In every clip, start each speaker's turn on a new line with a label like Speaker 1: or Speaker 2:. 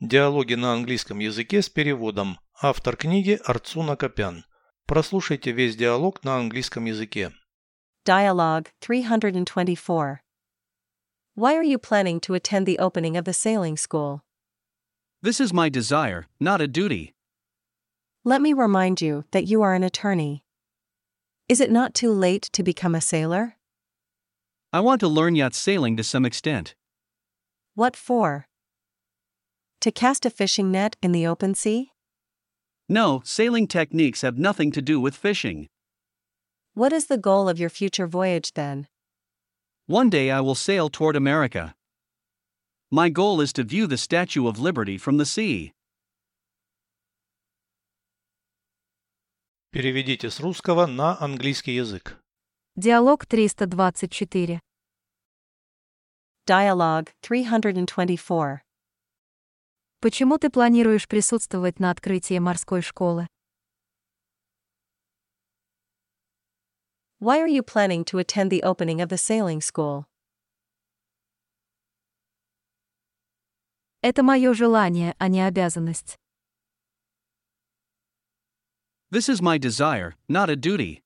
Speaker 1: Диалоги на английском языке с переводом. Автор книги Арцуна Копян. Прослушайте весь диалог на английском языке.
Speaker 2: Dialogue 324. Why are you planning to attend the opening of the sailing school?
Speaker 3: This is my desire, not a duty.
Speaker 2: Let me remind you that you are an attorney. Is it not too late to become a sailor?
Speaker 3: I want to learn yacht sailing to some extent.
Speaker 2: What for? To cast a fishing net in the open sea?
Speaker 3: No, sailing techniques have nothing to do with fishing.
Speaker 2: What is the goal of your future voyage then?
Speaker 3: One day I will sail toward America. My goal is to view the Statue of Liberty from the sea.
Speaker 1: Переведите с русского на английский язык.
Speaker 4: Диалог 324.
Speaker 2: Dialogue 324.
Speaker 4: Почему ты планируешь присутствовать на открытии морской школы?
Speaker 2: Why are you planning to attend the opening of the sailing school?
Speaker 4: Это мое желание, а не обязанность.
Speaker 3: This is my desire, not a duty.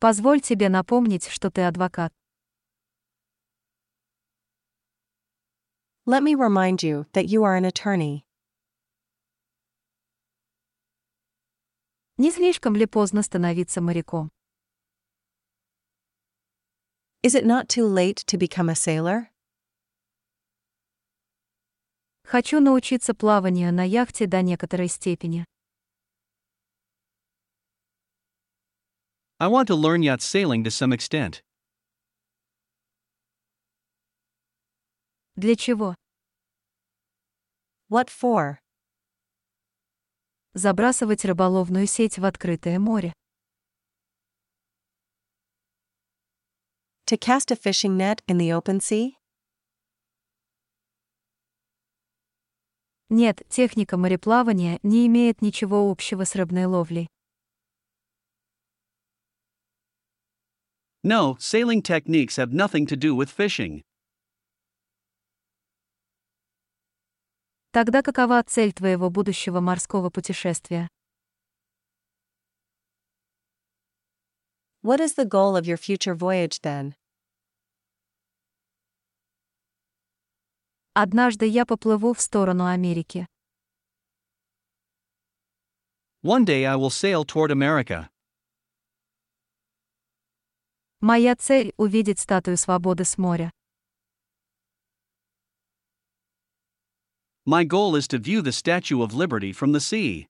Speaker 4: Позволь тебе напомнить, что ты адвокат.
Speaker 2: Let me remind you that you are an attorney.
Speaker 4: Не слишком ли поздно становиться моряком?
Speaker 2: Is it not too late to become a sailor?
Speaker 4: Хочу научиться плаванию на яхте до некоторой степени.
Speaker 3: I want to learn yacht sailing to some extent.
Speaker 4: Для чего?
Speaker 2: What for?
Speaker 4: Забрасывать рыболовную сеть в открытое море.
Speaker 2: To cast a fishing net in the open sea?
Speaker 4: Нет, техника мореплавания не имеет ничего общего с рыбной ловлей.
Speaker 3: No, sailing techniques have nothing to do with fishing.
Speaker 4: Тогда какова цель твоего будущего морского путешествия?
Speaker 2: What is the goal of your future voyage then?
Speaker 4: Однажды я поплыву в сторону Америки.
Speaker 3: One day I will sail toward America.
Speaker 4: Моя цель — увидеть статую свободы с моря.
Speaker 3: My goal is to view the Statue of Liberty from the sea.